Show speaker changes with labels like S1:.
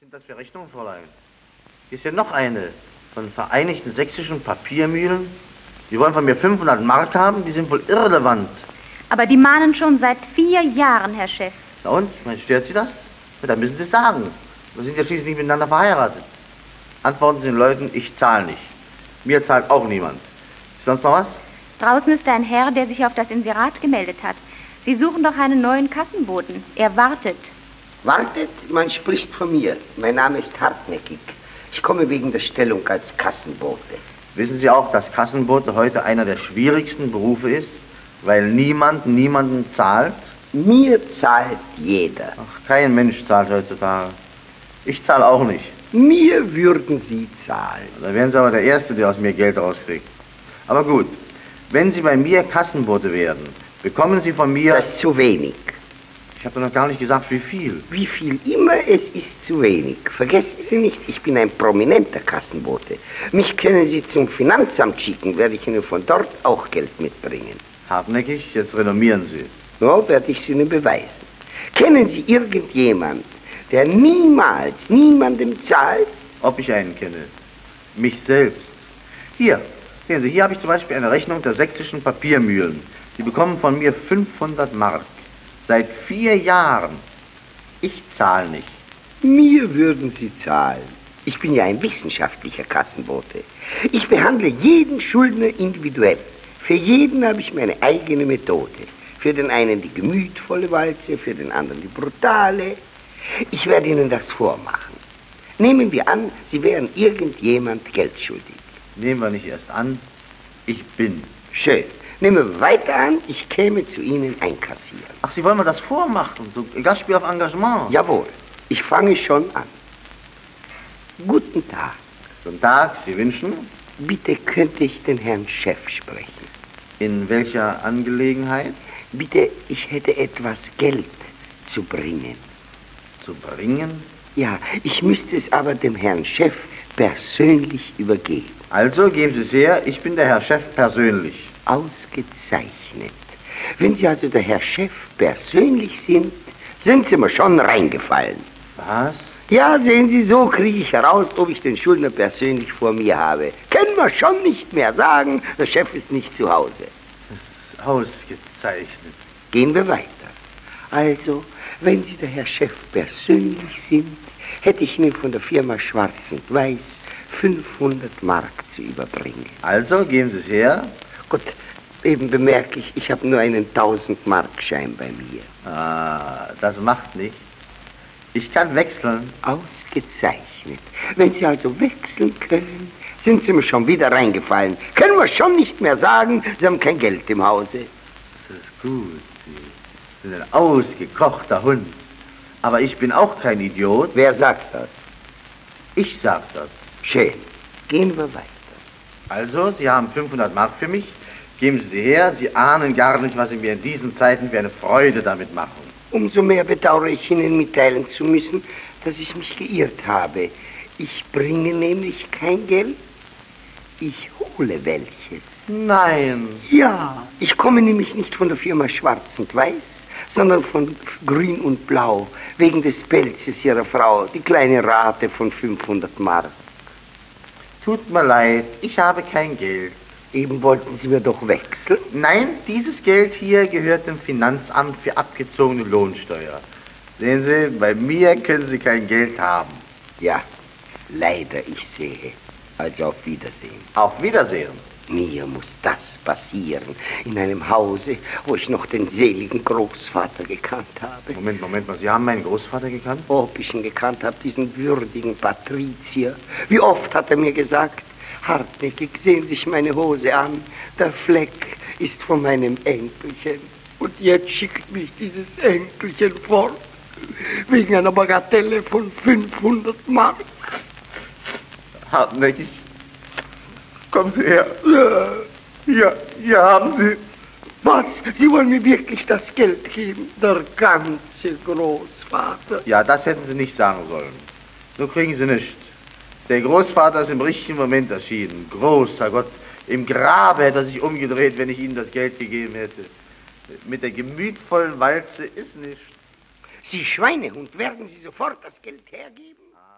S1: sind das für Rechnungen, Fräulein? Hier ist ja noch eine von Vereinigten Sächsischen Papiermühlen. Die wollen von mir 500 Mark haben, die sind wohl irrelevant.
S2: Aber die mahnen schon seit vier Jahren, Herr Chef.
S1: Na und, ich meine, stört Sie das? Ja, dann müssen Sie es sagen. Wir sind ja schließlich nicht miteinander verheiratet. Antworten Sie den Leuten, ich zahle nicht. Mir zahlt auch niemand. Ist sonst noch was?
S2: Draußen ist ein Herr, der sich auf das Inserat gemeldet hat. Sie suchen doch einen neuen Kassenboten. Er wartet.
S3: Wartet, man spricht von mir. Mein Name ist Hartnäckig. Ich komme wegen der Stellung als Kassenbote.
S1: Wissen Sie auch, dass Kassenbote heute einer der schwierigsten Berufe ist, weil niemand niemanden zahlt?
S3: Mir zahlt jeder.
S1: Ach, kein Mensch zahlt heutzutage. Ich zahle auch nicht.
S3: Mir würden Sie zahlen.
S1: Da wären Sie aber der Erste, der aus mir Geld rauskriegt. Aber gut, wenn Sie bei mir Kassenbote werden, bekommen Sie von mir...
S3: Das ist zu wenig.
S1: ich habe doch noch gar nicht gesagt, wie viel.
S3: Wie viel immer, es ist zu wenig. Vergessen Sie nicht, ich bin ein prominenter Kassenbote. Mich können Sie zum Finanzamt schicken, werde ich Ihnen von dort auch Geld mitbringen.
S1: Hartnäckig, jetzt renommieren Sie.
S3: So werde ich es Ihnen beweisen. Kennen Sie irgendjemand, der niemals niemandem zahlt?
S1: Ob ich einen kenne? Mich selbst. Hier, sehen Sie, hier habe ich zum Beispiel eine Rechnung der sächsischen Papiermühlen. Sie bekommen von mir 500 Mark. Seit vier Jahren. Ich zahle nicht.
S3: Mir würden Sie zahlen. Ich bin ja ein wissenschaftlicher Kassenbote. Ich behandle jeden Schuldner individuell. Für jeden habe ich meine eigene Methode. Für den einen die gemütvolle Walze, für den anderen die brutale. Ich werde Ihnen das vormachen. Nehmen wir an, Sie wären irgendjemand Geld schuldig.
S1: Nehmen wir nicht erst an. Ich bin.
S3: Schön. Nehmen wir weiter an, ich käme zu Ihnen einkassieren.
S1: Ach, Sie wollen mir das vormachen? So ein Gastspiel auf Engagement.
S3: Jawohl, ich fange schon an. Guten Tag.
S1: Guten Tag, Sie wünschen.
S3: Bitte könnte ich den Herrn Chef sprechen.
S1: In welcher Angelegenheit?
S3: Bitte, ich hätte etwas Geld zu bringen.
S1: Zu bringen?
S3: Ja, ich müsste es aber dem Herrn Chef persönlich übergeben.
S1: Also geben Sie es her, ich bin der Herr Chef persönlich.
S3: Ausgezeichnet. Wenn Sie also der Herr Chef persönlich sind, sind Sie mir schon reingefallen.
S1: Was?
S3: Ja, sehen Sie, so kriege ich heraus, ob ich den Schuldner persönlich vor mir habe. Können wir schon nicht mehr sagen, der Chef ist nicht zu Hause.
S1: Ausgezeichnet.
S3: Gehen wir weiter. Also, wenn Sie der Herr Chef persönlich sind, hätte ich Ihnen von der Firma Schwarz und Weiß 500 Mark zu überbringen.
S1: Also geben Sie es her.
S3: Gut, eben bemerke ich, ich habe nur einen 1000-Mark-Schein bei mir.
S1: Ah, das macht nichts. Ich kann wechseln.
S3: Ausgezeichnet. Wenn Sie also wechseln können, sind Sie mir schon wieder reingefallen. Können wir schon nicht mehr sagen, Sie haben kein Geld im Hause.
S1: Das ist gut. Sie sind ein ausgekochter Hund. Aber ich bin auch kein Idiot.
S3: Wer sagt das?
S1: Ich sag das.
S3: Schön. Gehen wir weiter.
S1: Also, Sie haben 500 Mark für mich. Geben Sie sie her. Sie ahnen gar nicht, was Sie mir in diesen Zeiten für eine Freude damit machen.
S3: Umso mehr bedauere ich Ihnen mitteilen zu müssen, dass ich mich geirrt habe. Ich bringe nämlich kein Geld. Ich hole welches.
S1: Nein.
S3: Ja, ich komme nämlich nicht von der Firma Schwarz und Weiß, sondern von Grün und Blau, wegen des Pelzes ihrer Frau, die kleine Rate von 500 Mark.
S1: Tut mir leid. Ich habe kein Geld.
S3: Eben wollten Sie mir doch wechseln.
S1: Nein, dieses Geld hier gehört dem Finanzamt für abgezogene Lohnsteuer. Sehen Sie, bei mir können Sie kein Geld haben.
S3: Ja, leider, ich sehe. Also auf Wiedersehen.
S1: Auf Wiedersehen.
S3: Mir muss das passieren, in einem Hause, wo ich noch den seligen Großvater gekannt habe.
S1: Moment, Moment mal. Sie haben meinen Großvater gekannt?
S3: ob ich ihn gekannt habe, diesen würdigen Patrizier. Wie oft hat er mir gesagt, hartnäckig sehen sich meine Hose an, der Fleck ist von meinem Enkelchen. Und jetzt schickt mich dieses Enkelchen fort, wegen einer Bagatelle von 500 Mark.
S1: Hartnäckig. Kommen Sie her. Ja, ja, hier haben Sie.
S3: Was? Sie wollen mir wirklich das Geld geben? Der ganze Großvater.
S1: Ja, das hätten Sie nicht sagen sollen. So kriegen Sie nichts. Der Großvater ist im richtigen Moment erschienen. Großer Gott. Im Grabe hätte er sich umgedreht, wenn ich Ihnen das Geld gegeben hätte. Mit der gemütvollen Walze ist nichts.
S3: Sie Schweinehund, werden Sie sofort das Geld hergeben?
S1: Haar